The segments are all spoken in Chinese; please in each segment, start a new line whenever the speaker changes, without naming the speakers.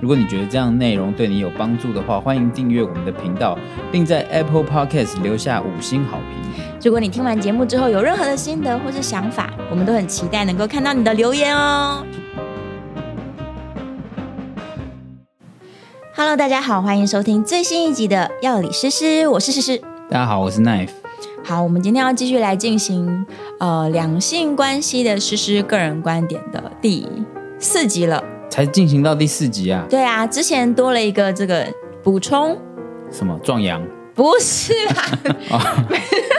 如果你觉得这样内容对你有帮助的话，欢迎订阅我们的频道，并在 Apple Podcast 留下五星好评。
如果你听完节目之后有任何的心得或是想法，我们都很期待能够看到你的留言哦。Hello，大家好，欢迎收听最新一集的《药理诗诗》，我是诗诗。
大家好，我是 Knife。
好，我们今天要继续来进行呃两性关系的诗诗个人观点的第四集了。
才进行到第四集啊，
对啊，之前多了一个这个补充，
什么壮阳？
不是啦，
啊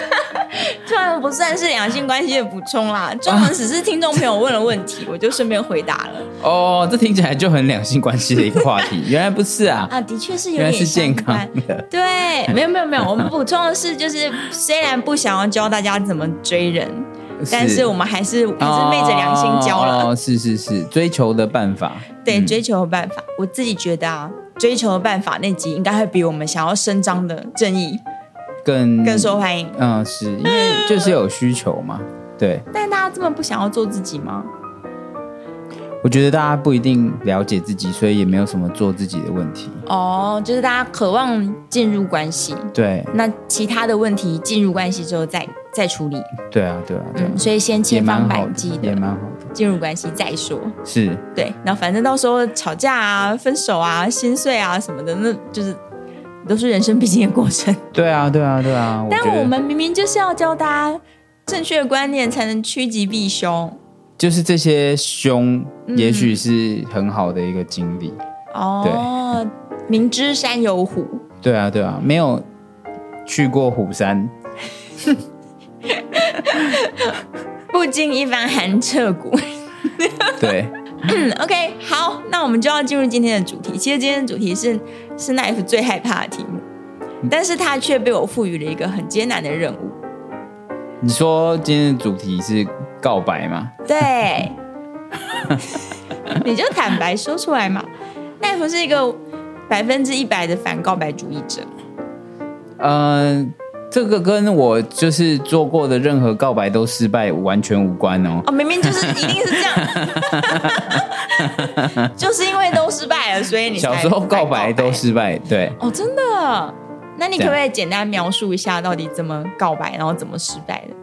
壮阳不算是两性关系的补充啦，壮阳只是听众朋友问了问题，我就顺便回答了。
哦，这听起来就很两性关系的一个话 题，原来不是啊，
啊，的确是有
原来
点
是健
相
康
关。
的。
对，没有没有没 有，我们补充的是，就是虽然不想要教大家怎么追人，但是我们还是还是昧着良心教了。
哦，是是是，追求的办法。
对，
嗯
追求的办法，我自己觉得啊，追求的办法那集应该会比我们想要伸张的正义
更
更受欢迎。
嗯，是因为就是有需求嘛。对，
但大家这么不想要做自己吗？
我觉得大家不一定了解自己，所以也没有什么做自己的问题。
哦，就是大家渴望进入关系，
对，
那其他的问题进入关系之后再再处理。
对啊，对啊，对啊
嗯，，所以先
也
千方
蛮
百
好的
计，
也
的
蛮好的。
进入关系再说。
是，
对，然后反正到时候吵架啊、分手啊、心碎啊什么的，那就是都是人生必经的过程。
对啊，对啊，对啊。我觉
但
得
我们明明就是要教大家正确的观念，才能趋吉避凶。
就是这些凶，也许是很好的一个经历。
哦，明知山有虎，
对啊，对啊，没有去过虎山，
不经一番寒彻骨。
对，
嗯，OK，好，那我们就要进入今天的主题。其实今天的主题是是 Knife 最害怕的题目，
嗯
但是他却被我赋予了一个很艰难的任务。
你说今天的主题是告白吗？
对，你就坦白说出来嘛。奈夫是一个百分之一百的反告白主义者，
嗯、这个跟我就是做过的任何告白都失败完全无关哦。
哦，明明就是一定是这样， 就是因为都失败了，所以你才
小时候
反
告
告
白都失败，对，
哦，真的。那你可
这样
不可以简单描述一下到底怎么告白，然后怎么失败的？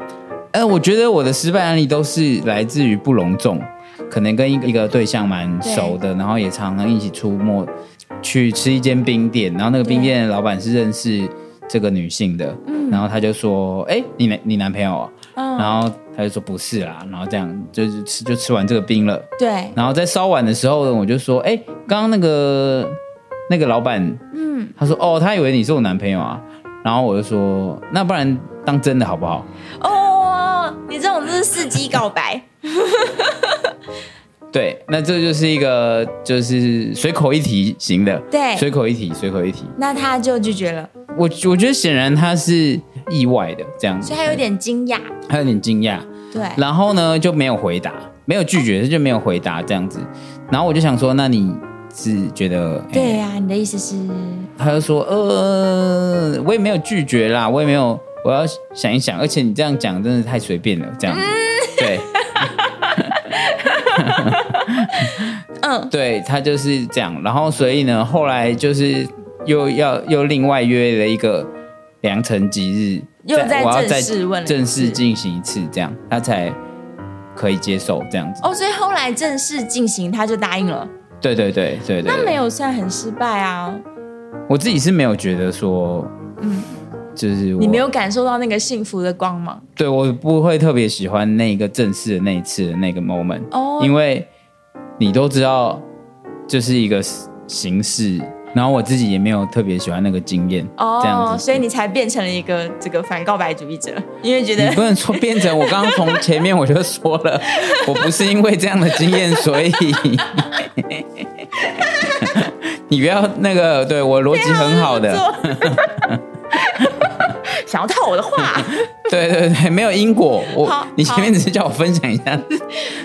呃，我觉得我的失败案例都是来自于不隆重，可能跟一个一个对象蛮熟的，然后也常常一起出没，去吃一间冰店，然后那个冰店的老板是认识这个女性的，然后他就说：“哎、你男你男朋友、哦？”
嗯，
然后他就说：“不是啦。”然后这样就是吃就吃完这个冰了，
对，
然后在稍晚的时候呢，我就说：“哎、刚刚那个那个老板，
嗯，
他说哦，他以为你是我男朋友啊。”然后我就说：“那不然当真的好不好？”
哦，你这种就是伺机告白，
对，那这就是一个就是随口一提型的，
对
随口一提，随口一提。
那他就拒绝了，
我我觉得显然他是意外的这样子，
所以他有点惊讶，
他有点惊讶，
对，
然后呢就没有回答，没有拒绝，他就没有回答这样子。然后我就想说，那你是觉得？哎
对呀、你的意思是，
他就说，呃，我也没有拒绝啦，我也没有，我要想一想。而且你这样讲真的太随便了，这样子，对。
嗯，
对他就是这样，然后所以呢，后来就是又要又另外约了一个良辰吉日，
又再
我要
正
再
式问了一
正式
次
进行一次，这样他才可以接受这样子。
哦，所以后来正式进行，他就答应了，
对对对对对，
那
对
没有算很失败啊，
我自己是没有觉得说，嗯，就是我
你没有感受到那个幸福的光芒
对我不会特别喜欢那个正式的那一次的那个 moment，、
哦，
因为你都知道这是一个形式，然后我自己也没有特别喜欢那个经验，这样
哦，
子，
所以你才变成了一个这个反告白主义者，因为觉得
你不能说变成我刚刚从前面我就说了， 我不是因为这样的经验，所以。你不要那个，对我
哎
逻辑很好
啊
的，
想要套我的话。
对对对，没有因果。我
好
你前面只是叫我分享一下，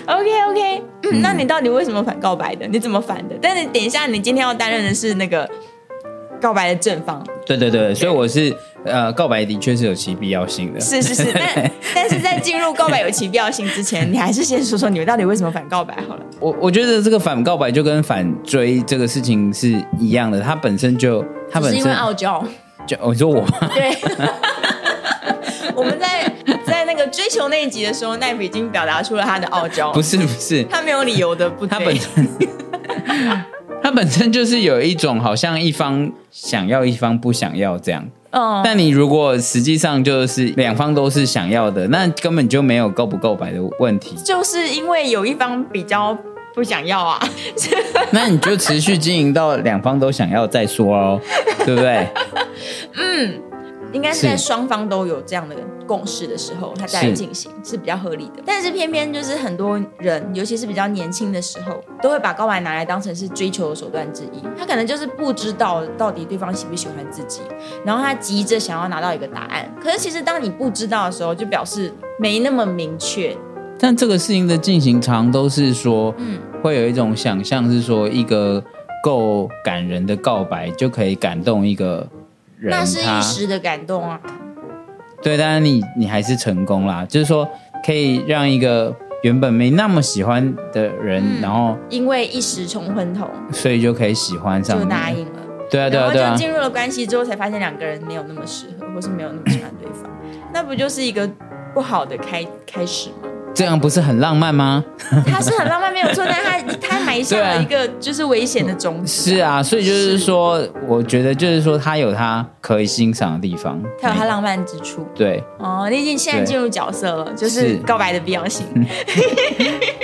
OK OK，嗯，那你到底为什么反告白的？你怎么反的？但是等一下，你今天要担任的是那个告白的正方，
对对对，所以我是呃，告白的确是有其必要性的。
是是是。但但是在进入告白有其必要性之前，你还是先说说你们到底为什么反告白好了。
我我觉得这个反告白就跟反追这个事情是一样的，它本身就它本
是因为
身
傲娇，
就我说我 吗？
对。 我们在在那个追求那一集的时候，奈比已经表达出了他的傲娇，
不是不是，
他没有理由的不
它
追。
本身 它本身就是有一种好像一方想要一方不想要这样。
嗯，。
但你如果实际上就是两方都是想要的，那根本就没有告不告白的问题
就是因为有一方比较不想要啊，
那你就持续经营到两方都想要再说哦，对不对？
应该是在
是
双方都有这样的共识的时候，它再来
是
进行是比较合理的。但是偏偏就是很多人，尤其是比较年轻的时候，都会把告白拿来当成是追求的手段之一。他可能就是不知道到底对方喜不喜欢自己，然后他急着想要拿到一个答案。可是其实当你不知道的时候，就表示没那么明确。
但这个事情的进行常都是说，
嗯
会有一种想象是说，一个够感人的告白就可以感动一个人，
那是
他
一时的感动啊，
对，当然你你还是成功啦，就是说可以让一个原本没那么喜欢的人，
嗯
然后
因为一时冲昏头
所以就可以喜欢上
就
你，
答应了。
对啊对
然
啊
后
对
就
啊，
进入了关系之后，才发现两个人没有那么适合，或是没有那么喜欢对方，那不就是一个不好的开开始 吗？
这样不是很浪漫吗？
啊他是很浪漫没有错，但他他埋下
对啊
了一个就是危险的种子，
是啊，所以就是
是
说，我觉得就是说，他有他可以欣赏的地方，
他有他浪漫之处。
对
哦，你已经现在
对
进入角色了，就是
是嗯
告白的必要性。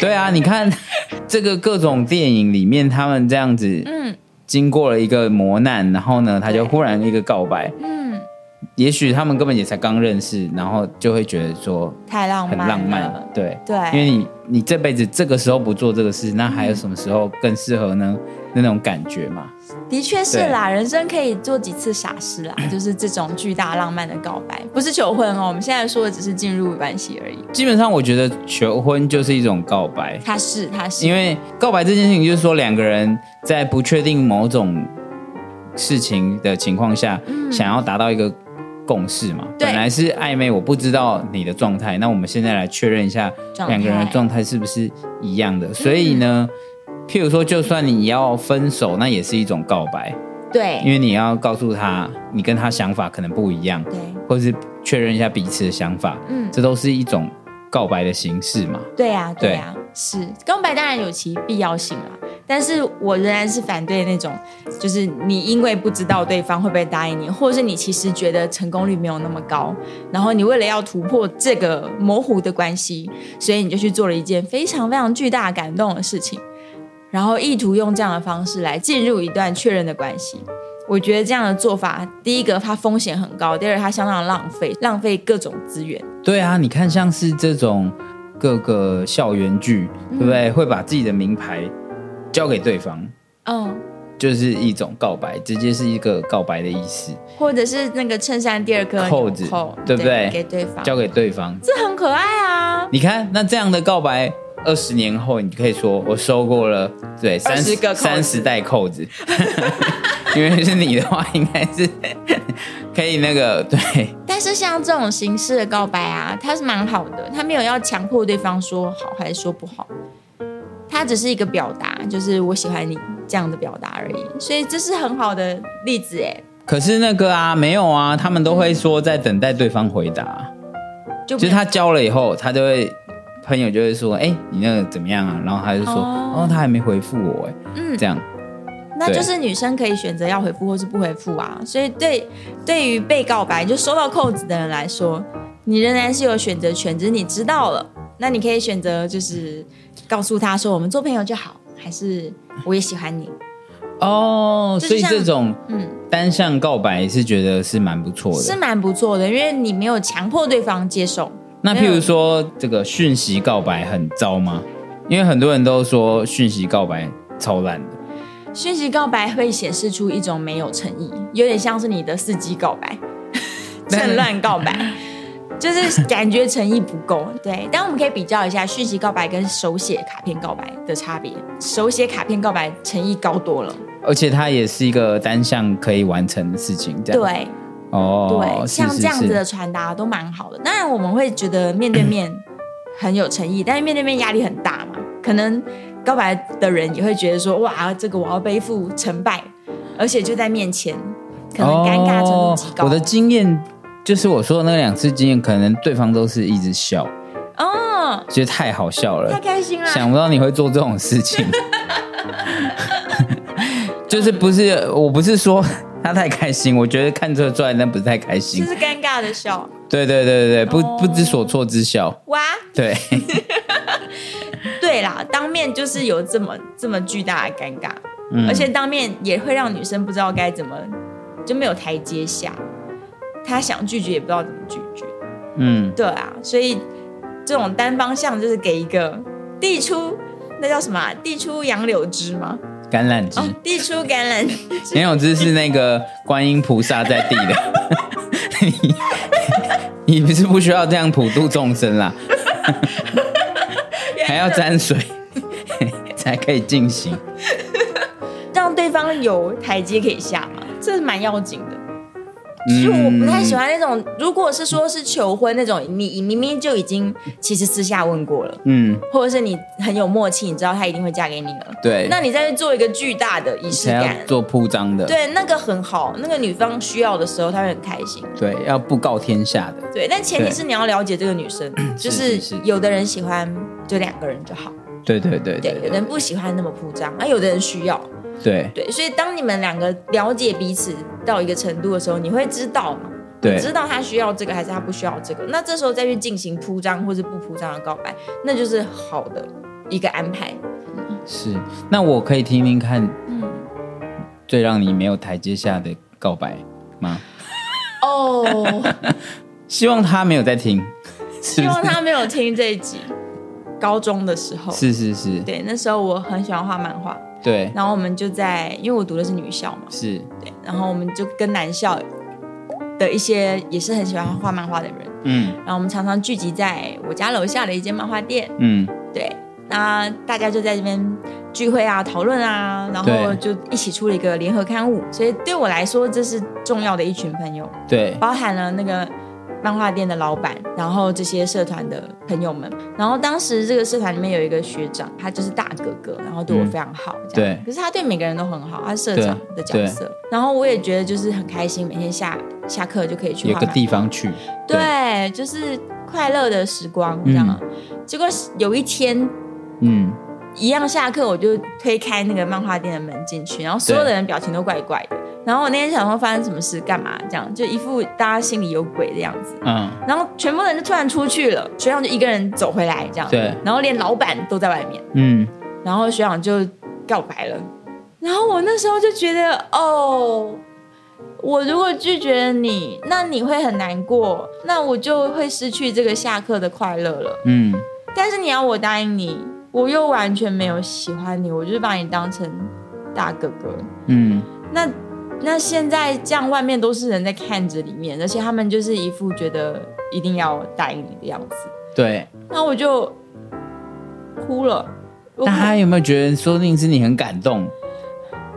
对啊，你看 这个各种电影里面，他们这样子，
嗯
经过了一个磨难，然后呢，他就
对
忽然一个告白，
嗯，
也许他们根本也才刚认识，然后就会觉得说
太浪
很
漫了，
浪漫，对。因
对，
为你你这辈子这个时候不做这个事，那还有什么时候更适合呢？那种感觉嘛，
的确是啦，人生可以做几次傻事 啦，就是这种巨大浪漫的告白，不是求婚哦。我们现在说的只是进入关系而已。
基本上我觉得求婚就是一种告白，
他是他是，
因为告白这件事情，就是说两个人在不确定某种事情的情况下，想要达到一个共识嘛。
嗯对
本来是暧昧，我不知道你的状态，那我们现在来确认一下
状态嗯
两个人的状态是不是一样的。所以呢，譬如说，就算你要分手，那也是一种告白，
对，
因为你要告诉他你跟他想法可能不一样，
对
或是确认一下彼此的想法，
嗯
这都是一种告白的形式嘛。
对呀、对
对
呀、是告白当然有其必要性啦，但是我仍然是反对那种，就是你因为不知道对方会不会答应你，或者是你其实觉得成功率没有那么高，然后你为了要突破这个模糊的关系，所以你就去做了一件非常非常巨大感动的事情，然后意图用这样的方式来进入一段确认的关系。我觉得这样的做法，第一个它风险很高，第二个它相当浪费，浪费各种资源。
对啊，你看像是这种各个校园剧，对不对？会把自己的名牌交给对方，
嗯，
就是一种告白，直接是一个告白的意思，
或者是那个衬衫第二颗
扣子
纽扣
对不对
给对方，
交给对方。
这很可爱啊。
你看，那这样的告白，二十年后你就可以说我收过了，对，三
20个扣子
三十袋扣子。 因为是你的话，应该是可以那个对，
但是像这种形式的告白啊，它是蛮好的，它没有要强迫对方说好还是说不好，它只是一个表达，就是我喜欢你这样的表达而已。所以这是很好的例子哎，
可是那个啊，没有啊，他们都会说在等待对方回答。
就
就是他交了以后，他就会朋友就会说：“哎、你那个怎么样啊？”然后他就说：“
哦
哦，他还没回复我。”哎，
嗯
这样
那就是女生可以选择要回复或是不回复啊。所以对对于被告白就收到扣子的人来说，你仍然是有选择权，只是你知道了，那你可以选择就是告诉他说我们做朋友就好，还是我也喜欢你。
哦，
就
所以
像
这种
嗯，
单向告白是觉得是蛮不错
是
的。
蛮不错的，因为你没有强迫对方接受。
那譬如说这个讯息告白很糟吗？因为很多人都说讯息告白超烂的，
讯息告白会显示出一种没有诚意，有点像是你的伺机告白、趁乱告白，就是感觉诚意不够。对，但我们可以比较一下讯息告白跟手写卡片告白的差别，手写卡片告白诚意高多了。
而且它也是一个单向可以完成的事情，这样
对
哦，
对，
是
像
是
这样子
是
的传达都蛮好的。当然，我们会觉得面对 面很有诚意，但是面对面压力很大嘛，可能告白的人也会觉得说，哇，这个我要背负成败，而且就在面前，可能尴尬程度极高。
哦。我的经验就是我说的那两次经验，可能对方都是一直笑，
哦，
觉得太好笑了
太，开心了，
想不到你会做这种事情。 就是不是我不是说他太开心，我觉得看得出来那不是太开
就
心。
是尴尬的笑，
对对对对对，不
哦
不知所措之笑。
哇，
对，
对啦，当面就是有这么这么巨大的尴尬，
嗯
而且当面也会让女生不知道该怎么，就没有台阶下，她想拒绝也不知道怎么拒绝。
嗯，
对啊，所以这种单方向就是给一个递出，那叫什么、啊？递出杨柳枝吗？
橄榄枝
哦，，递出橄 榄，
杨永之是那个观音菩萨在地的， 你 你不是不需要这样普度众生啦， 还要沾水 才可以进行。
让对方有台阶可以下嘛，这是蛮要紧的。
嗯
其实我不太喜欢那种，如果是说是求婚那种，你明明就已经其实私下问过了，
嗯，
或者是你很有默契，你知道他一定会嫁给你了，
对，
那你再去做一个巨大的仪式
才
感
要，做铺张的，
对，那个很好，那个女方需要的时候，她会很开心。
对，要布告天下的。
对，但前提
对嗯
是你要了解这个女生，就是是
是
有的人喜欢就两个人就好，
对对
对，
对对嗯
有的
对
人不喜欢那么铺张，啊，有的人需要，
对
对，所以当你们两个了解彼此到一个程度的时候，你会知道嘛，你
对
知道他需要这个还是他不需要这个，那这时候再去进行铺张或是不铺张的告白，那就是好的一个安排。
是。那我可以听听看
嗯，
最让你没有台阶下的告白吗？
哦，
希望他没有在听，是
希
不
望
是？
他没有听这一集。高中的时候，
是是是，
对，那时候我很喜欢画漫画，
对，
然后我们就在，因为我读的是女校嘛。
是
然后我们就跟男校的一些也是很喜欢画漫画的人，
嗯
然后我们常常聚集在我家楼下的一间漫画店，
嗯，
对，那大家就在这边聚会啊、讨论啊，然后
对
就一起出了一个联合刊物，所以对我来说这是重要的一群朋友，
对
包含了那个。漫画店的老板，然后这些社团的朋友们，然后当时这个社团里面有一个学长，他就是大哥哥，然后对我
嗯
非常好，这样。
对。
可是他对每个人都很好，他是社长的角色。然后我也觉得就是很开心，每天下下课就可以去
有
画
个
漫
地方去，
对，就是快乐的时光这样。结果有一天
嗯，
一样下课，我就推开那个漫画店的门进去，然后所有的人表情都怪怪的。然后我那天想说发生什么事，干嘛这样，就一副大家心里有鬼的样子。
嗯，
然后全部人就突然出去了，学长就一个人走回来这样，
对，
然后连老板都在外面。
嗯，
然后学长就告白了，然后我那时候就觉得，哦，我如果拒绝你，那你会很难过，那我就会失去这个下课的快乐了。
嗯，
但是你要我答应你，我又完全没有喜欢你，我就是把你当成大哥哥。
嗯，
那那现在这样，外面都是人在看着里面，而且他们就是一副觉得一定要答应你的样子，
对。
那我就哭了。我
那他
哭
有没有觉得说不定是你很感动？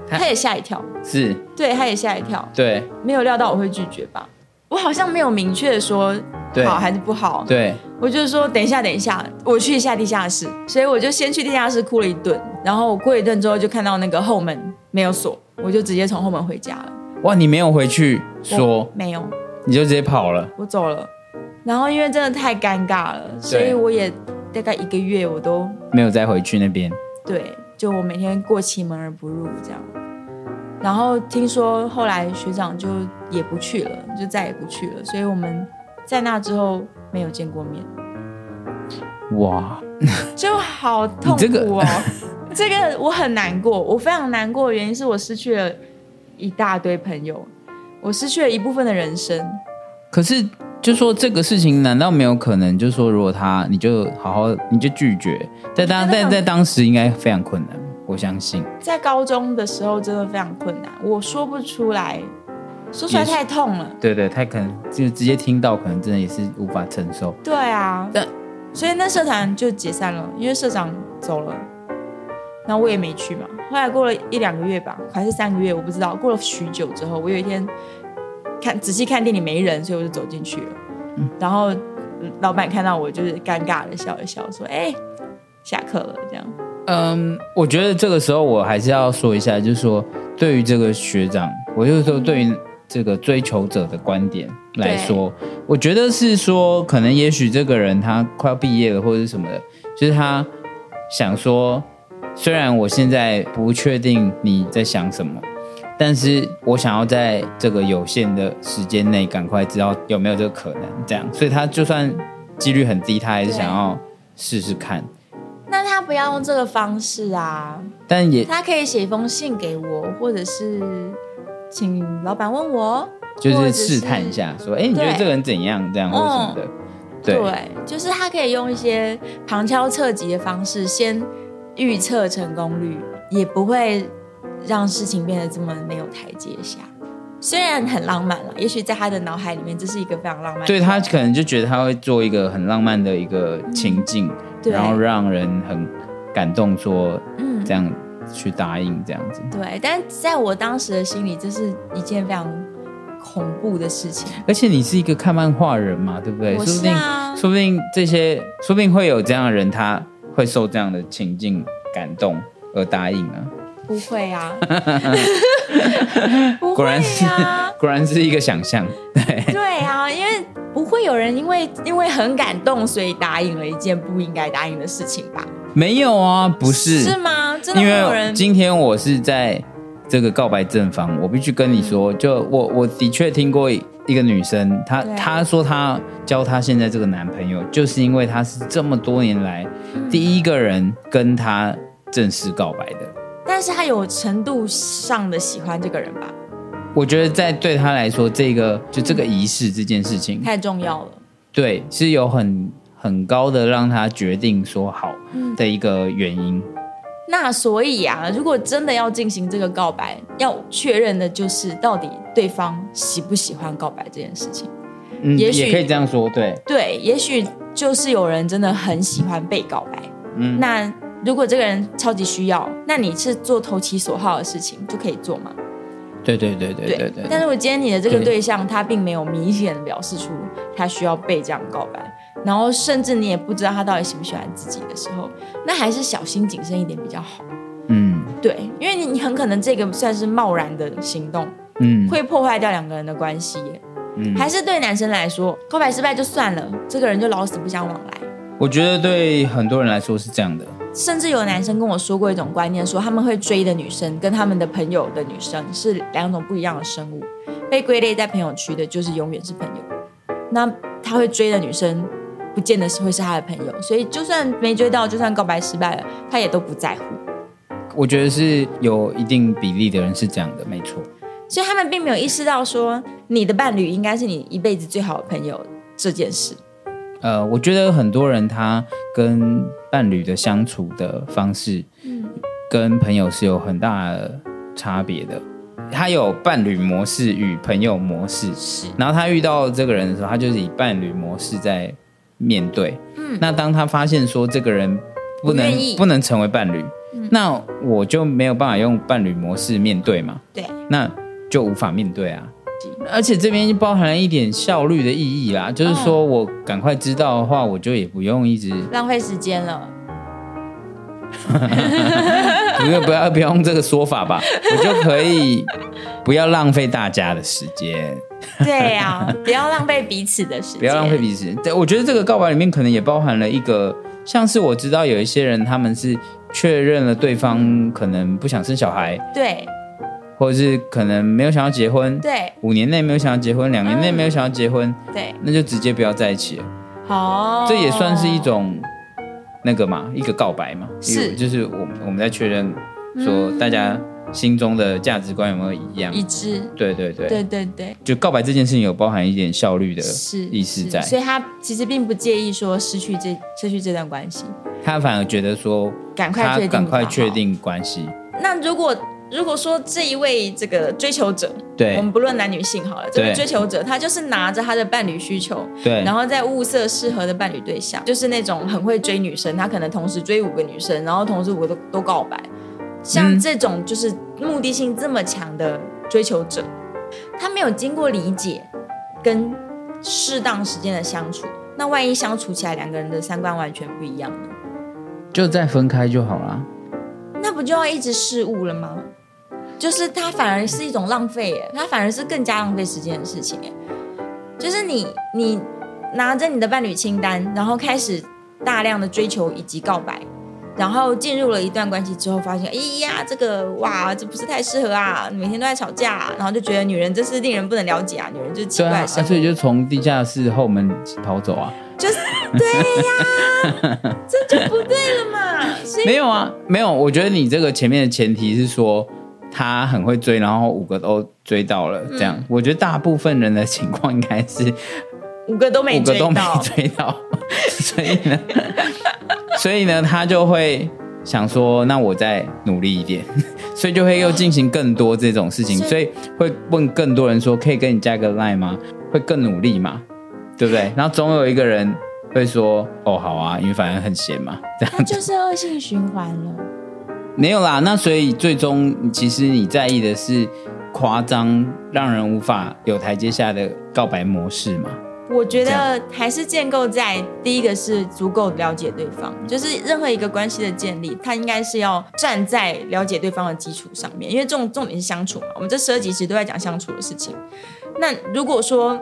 他也吓一跳。
是，
对，他也吓一跳，
对，
没有料到我会拒绝吧？我好像没有明确地说
对
好还是不好，
对，
我就是说等一下，等一下，我去一下地下室，所以我就先去地下室哭了一顿，然后我过一顿之后就看到那个后门没有锁，我就直接从后门回家了。
哇，你没有回去
我
说，
没有，
你就直接跑了，
我走了。然后因为真的太尴尬了，所以我也大概一个月我都
没有再回去那边。
对，就我每天过其门而不入这样。然后听说后来学长就也不去了，就再也不去了，所以我们在那之后没有见过面，
哇，
就好痛
你这个
苦哦。 这个我很难过，我非常难过的原因是我失去了一大堆朋友，我失去了一部分的人生。
可是就说这个事情，难道没有可能？就说如果他，你就好好，你就拒绝，在当
我觉得
在
很
在当时应该非常困难。我相信。
在高中的时候真的非常困难，我说不出来，说出来
也是
太痛了。
对对，他可能就直接听到，可能真的也是无法承受。
对啊，
但
所以那社团就解散了，因为社长走了，然后我也没去嘛。后来过了一两个月吧，还是三个月，我不知道。过了许久之后，我有一天看仔细看店里没人，所以我就走进去了。然后嗯老板看到我，就是尴尬的笑一笑，说：“哎、下课了。”这样。
嗯，我觉得这个时候我还是要说一下，就是说对于这个学长，我就是说对于这个追求者的观点来说，我觉得是说，可能也许这个人他快要毕业了或者是什么的，就是他想说，虽然我现在不确定你在想什么。但是我想要在这个有限的时间内赶快知道有没有这个可能，这样，所以他就算几率很低，他还是想要试试看。
那他不要用这个方式啊，
但也
他可以写一封信给我，或者是请老板问我。
就是试探一下，说，哎、你觉得
对嗯
这个人怎样？这样或者什么的，对，
就是他可以用一些旁敲侧击的方式，先预测成功率，也不会让事情变得这么没有台阶下。虽然很浪漫了，也许在他的脑海里面，这是一个非常浪漫的。
对他可能就觉得他会做一个很浪漫的一个情境，
对
然后让人很感动，说
嗯，
这样去答应这样子。
对。但在我当时的心里，这是一件非常恐怖的事情。
而且你是一个看漫画人嘛，对不对？
我
说不
是
定，
啊
说不定这些，说不定会有这样的人，他会受这样的情境感动而答应啊。
不会 啊，不
果
会
然是，
啊，
果然是一个想象。
对啊，因为不会有人因为因为很感动，所以答应了一件不应该答应的事情吧？
没有啊，不
是吗？真的
因
会有
为
人
今天我是在这个告白正方，我必须跟
嗯
你说，就我我的确听过一个女生，她
对
她说她交她现在这个男朋友，就是因为她是这么多年来
嗯
第一个人跟她正式告白的。
但是他有程度上的喜欢这个人吧，
我觉得在对她来说，这个就这个仪式这件事情，
太重要了。
对是有很很高的让她决定说好
嗯
的一个原因。
那所以啊，如果真的要进行这个告白，要确认的就是到底对方喜不喜欢告白这件事情。
嗯，
也许
也可以这样说，对，
对，也许就是有人真的很喜欢被告白。
嗯
那如果这个人超级需要，那你是做投其所好的事情就可以做嘛？
对对对对对对。
但是我今天你的这个
对
对象，他并没有明显的表示出他需要被这样告白，然后甚至你也不知道他到底喜不喜欢自己的时候，那还是小心谨慎一点比较好。
嗯
对，因为你你很可能这个算是贸然的行动，
嗯
会破坏掉两个人的关系耶。
嗯。
还是对男生来说，告白失败就算了，这个人就老死不相往来。
我觉得对很多人来说是这样的，
甚至有男生跟我说过一种观念，说他们会追的女生跟他们的朋友的女生是两种不一样的生物，被归类在朋友区的就是永远是朋友，那他会追的女生不见得是会是他的朋友，所以就算没追到，就算告白失败了，他也都不在乎，
我觉得是有一定比例的人是这样的，没错。
所以他们并没有意识到说你的伴侣应该是你一辈子最好的朋友这件事。
呃，我觉得很多人他跟伴侣的相处的方式，
嗯
跟朋友是有很大的差别的。他有伴侣模式与朋友模式，是。然后他遇到这个人的时候，他就是以伴侣模式在面对。嗯。那当他发现说这个人不能
不愿意嗯
不能成为伴侣，那我就没有办法用伴侣模式面对嘛。
对，
那就无法面对啊。而且这边就包含了一点效率的意义啦，
嗯
就是说我赶快知道的话，我就也不用一直
浪费时间了，
不用不要不用这个说法吧，我就可以不要浪费大家的时间，
对呀、不要浪费彼此的时间，
不要浪费彼此。对，我觉得这个告白里面可能也包含了一个，像是我知道有一些人他们是确认了对方可能不想生小孩，
对
或者是可能没有想要结婚，
对
五年内没有想要结婚，两年内没有想要结婚，
对，
那就直接不要在一起了。
好，
这也算是一。种那个嘛，一个告白嘛，
哦是嗯
因为就是我们我们在确认说大家心中的价值观有没有一样？
一致。
对对对，
对对对，
就告白这件事情有包含一点效率的
是
意识
是
在，
所以他其实并不介意说失去这失去这段关系，
他反而觉得说，
赶快
他
确定，
赶快确。定关系，
那如果如果说这一位这个追求者，
对
我们不论男女性好了，这位
对
追求者他就是拿着他的伴侣需求，
对
然后再物色适合的伴侣对象，就是那种很会追女生，他可能同时追五个女生，然后同时五个都都告白，像
嗯
这种就是目的性这么强的追求者，他没有经过理解跟适当时间的相处，那万一相处起来两个人的三观完全不一样呢，
就再分开就好了。
那不就要一直失误了吗？就是它反而是一种浪费耶，它反而是更加浪费时间的事情耶。就是你你拿着你的伴侣清单，然后开始大量的追求以及告白，然后进入了一段关系之后，发现哎呀这个哇这不是太适合啊，每天都在吵架啊、然后就觉得女人真是令人不能了解啊，女人就是奇
对啊，
怪
啊
的生物
所以就从地下室后门逃走啊？
这就不对了嘛。所以
没有啊，没有。我觉得你这个前面的前提是说他很会追，然后五个都追到了，这样。
嗯
我觉得大部分人的情况应该是
五个都没
五个
追
都没
到，
追到， 所以呢，所以呢，他就会想说，那我再努力一点， 所以就会又进行更多这种事情，
所以
所以会问更多人说，可以跟你加个 line 吗？会更努力嘛，对不对？然后总有一个人会说，哦，好啊，因为反正很闲嘛， 这样
它就是恶性循环了。
没有啦。那所以最终，其实你在意的是夸张，让人无法有台阶下的告白模式嘛？
我觉
这
得还是建构在第一个是足够了解对方，就是任何一个关系的建立，它应该是要站在了解对方的基础上面，因为重重点是相处嘛。我们这十二集其实都在讲相处的事情。那如果说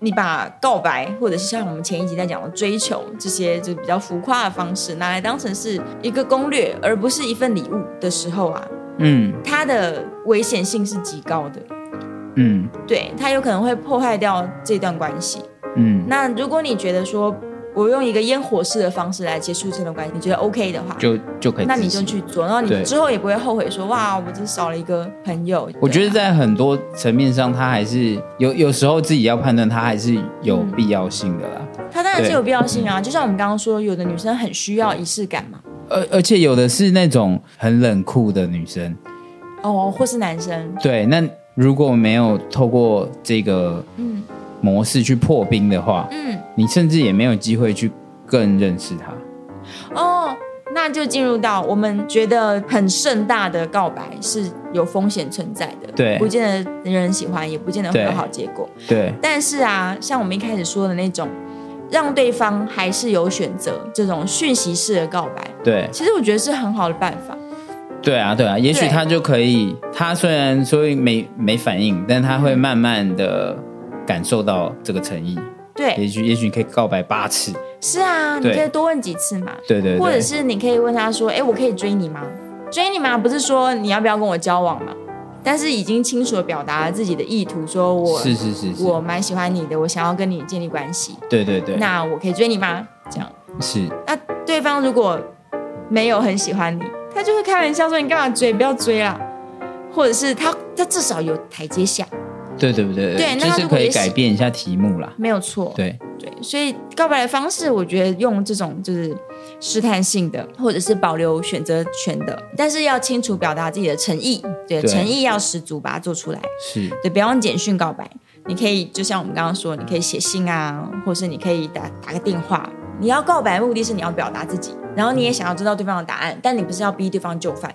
你把告白，或者是像我们前一集在讲的追求这些就比较浮夸的方式，拿来当成是一个攻略，而不是一份礼物的时候啊，
嗯
它的危险性是极高的。
嗯
对，它有可能会破坏掉这段关系。
嗯，
那如果你觉得说我用一个烟火式的方式来结束这段关系，你觉得 OK 的话，
就就可以
那
执
你
行
就去做，然后
对
你之后也不会后悔说哇，我只少了一个朋友。
我觉
对
得
啊
在很多层面上，他还是有有时候自己要判断，他还是有
嗯
必要性的啦。
它当然是
对
有必要性啊，就像我们刚刚说，有的女生很需要仪式感嘛，
而、而且有的是那种很冷酷的女生，
哦，或是男生，
对，那如果没有透过这个
嗯
模式去破冰的话，
嗯，
你甚至也没有机会去更认识他。
哦。那就进入到我们觉得很盛大的告白是有风险存在的，
对
不见得人人喜欢，也不见得会有
对
好结果。
对，
但是啊，像我们一开始说的那种，让对方还是有选择这种讯息式的告白，
对，
其实我觉得是很好的办法。
对啊，对啊，也许
对
他就可以，他虽然说没没反应，但他
嗯
会慢慢的感受到这个诚意。也
对，
许，也许你可以告白八次，
是啊，你
对
可以多问几次嘛，
对对对，
或者是你可以问他说：“哎，我可以追你吗？”追你吗？不是说你要不要跟我交往吗？但是已经清楚的表达了自己的意图，说我
是是是是，
我蛮喜欢你的，我想要跟你建立关系，
对对对，
那我可以追你吗？这样，
是
那对方如果没有很喜欢你，他就会开玩笑说：“你干嘛追？不要追啦！”或者是他他至少有台阶下，
对对不对？
对那
就
他
是
如果
可以
也喜
改变一下题目啦。
没有错。
对，
对，所以告白的方式，我觉得用这种就是试探性的，或者是保留选择权的，但是要清楚表达自己的诚意，对，
对
诚意要十足，把它做出来。
是
对，不要用简讯告白，你可以就像我们刚刚说，你可以写信啊，或是你可以打打个电话。你要告白，目的是你要表达自己，然后你也想要知道对方的答案，但你不是要逼对方就范，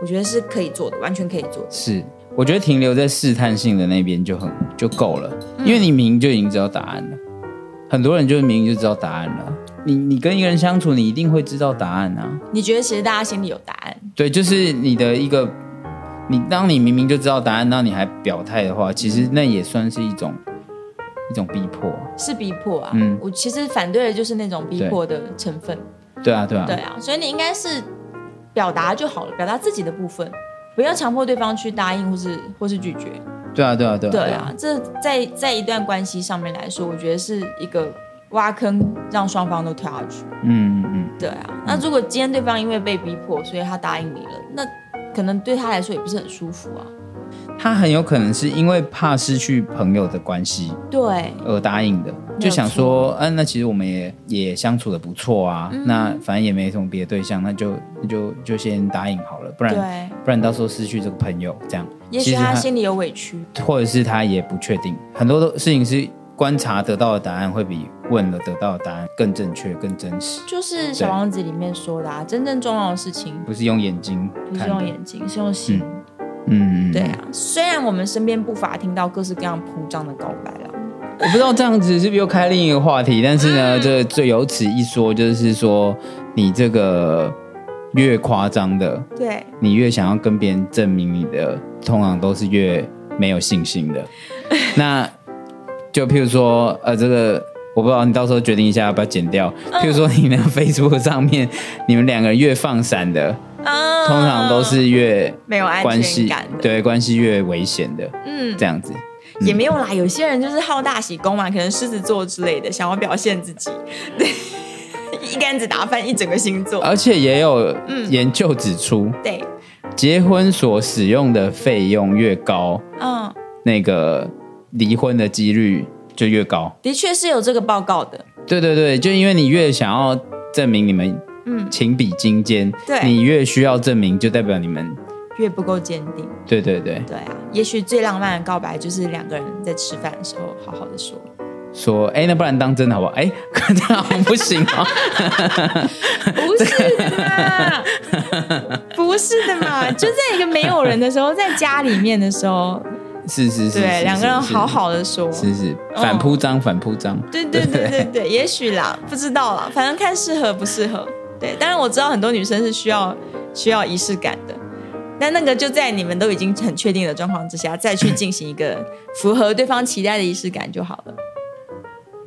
我觉得是可以做的，完全可以做的。
是，我觉得停留在试探性的那边就很就够了，
嗯
因为你明就已经知道答案了。很多人就是明就知道答案了。你你跟一个人相处，你一定会知道答案啊。
你觉得其实大家心里有答案，
对，就是你的一个，你当你明明就知道答案，那你还表态的话，其实那也算是一种一种逼迫。
是逼迫啊。
嗯
我其实反对的就是那种逼
对
迫的成分。
对啊，对啊，
对啊，所以你应该是表达就好了，表达自己的部分，不要强迫对方去答应或是或是拒绝。
对啊，对啊，对啊，
对啊，这在在一段关系上面来说，我觉得是一个挖坑，让双方都跳下去。
嗯嗯嗯，
对啊，那如果今天对方因为被逼迫，所以他答应你了，那可能对他来说也不是很舒服啊。
他很有可能是因为怕失去朋友的关系
对，
而答应的，
有
就想说，嗯、那其实我们也也相处的不错啊，
嗯
那反正也没什么别的对象，那就那就就先答应好了，不然
对，
不然到时候失去这个朋友，这样，
也许
其实
他心里有委屈。
或者是他也不确定，很多的事情是观察得到的答案会比问了得到的答案更正确、更真实，
就是《小王子》里面说的啊，真正重要的事情
不是用眼睛
不是
看
用
的，
眼睛，是用心。
嗯，
对啊，虽然我们身边不乏听到各式各样铺张的告白啦，
我不知道这样子是不是又开另一个话题，但是
嗯
呢，这最有此一说，就是说你这个越夸张的，
对，
你越想要跟别人证明你的，通常都是越没有信 心的。那就譬如说，呃，这个我不知道，你到时候决定一下要不要剪掉。
嗯
譬如说，你那个 Facebook 上面，你们两个人越放闪的，
啊，
通常都是越
没有安
关
全
系
感的，
对关系越危险的
嗯，
这样子。
也没有啦。有些人就是好大喜功嘛，可能狮子座之类的，想要表现自己， 对，一竿子打翻一整个星座。
而且也有
嗯
研究指出。
对，
结婚所使用的费用越高，
嗯，
那个离婚的几率就越高。
的确是有这个报告的，
对对对，就因为你越想要证明你们
嗯
情比金坚，
对
你越需要证明，就代表你们
越不够坚定。
对对对，
对啊，也许最浪漫的告白就是两个人在吃饭的时候好好的 说，
说哎，那不然当真的好不好？哎， 可这样好像不行哦。
不是的嘛，不是的嘛，就在一个没有人的时候，在家里面的时候，
是是是，
对，
是
两个人好，嗯好的说，
是是是是反铺张反铺张，
对对对对对，也许啦，不知道啦，反正看适合不适合。对，当然我知道很多女生是需要需要仪式感的，但那个就在你们都已经很确定的状况之下，再去进行一个符合对方期待的仪式感就好了。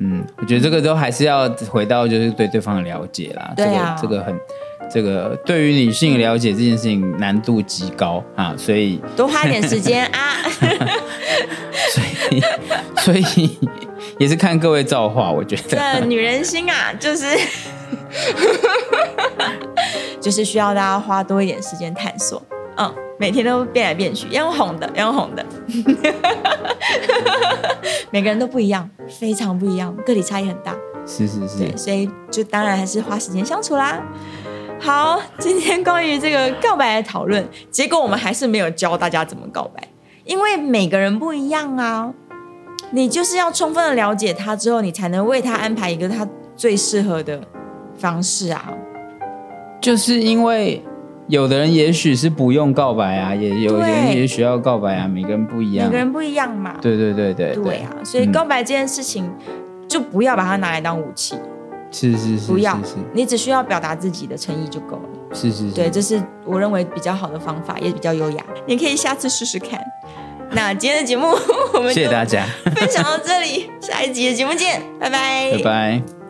嗯，我觉得这个都还是要回到就是对对方的了解啦。
对啊
这个这个很，这个对于女性了解这件事情难度极高啊，所以
多花一点时间 啊，
所以也是看各位造化，我觉得。
这女人心 啊，就是就是需要大家花多一点时间探索。嗯，每天都变来变去，要用哄的，要用哄 的，每个人都不一样，非常不一样，个体差异很大。
是是是
对，，所以就当然还是花时间相处啦。好，今天关于这个告白的讨论，结果我们还是没有教大家怎么告白，因为每个人不一样啊。你就是要充分的了解他之后，你才能为他安排一个他最适合的方式啊。
就是因为有的人也许是不用告白啊，也有的人
对
也许要告白啊，每个人不一
每
样
个。人不一样嘛。
对对对对
对啊，所以
嗯
告白这件事情，就不要把它拿来当武器，
是是是，
不要
嗯是，
你只需要表达自己的诚意就够了。
是是是，
对，这是我认为比较好的方法，也比较优雅。你可以下次试试看。那今天的节目 我们就
谢 谢大家，
分享到这里，下一集的节目见，拜拜，
拜拜。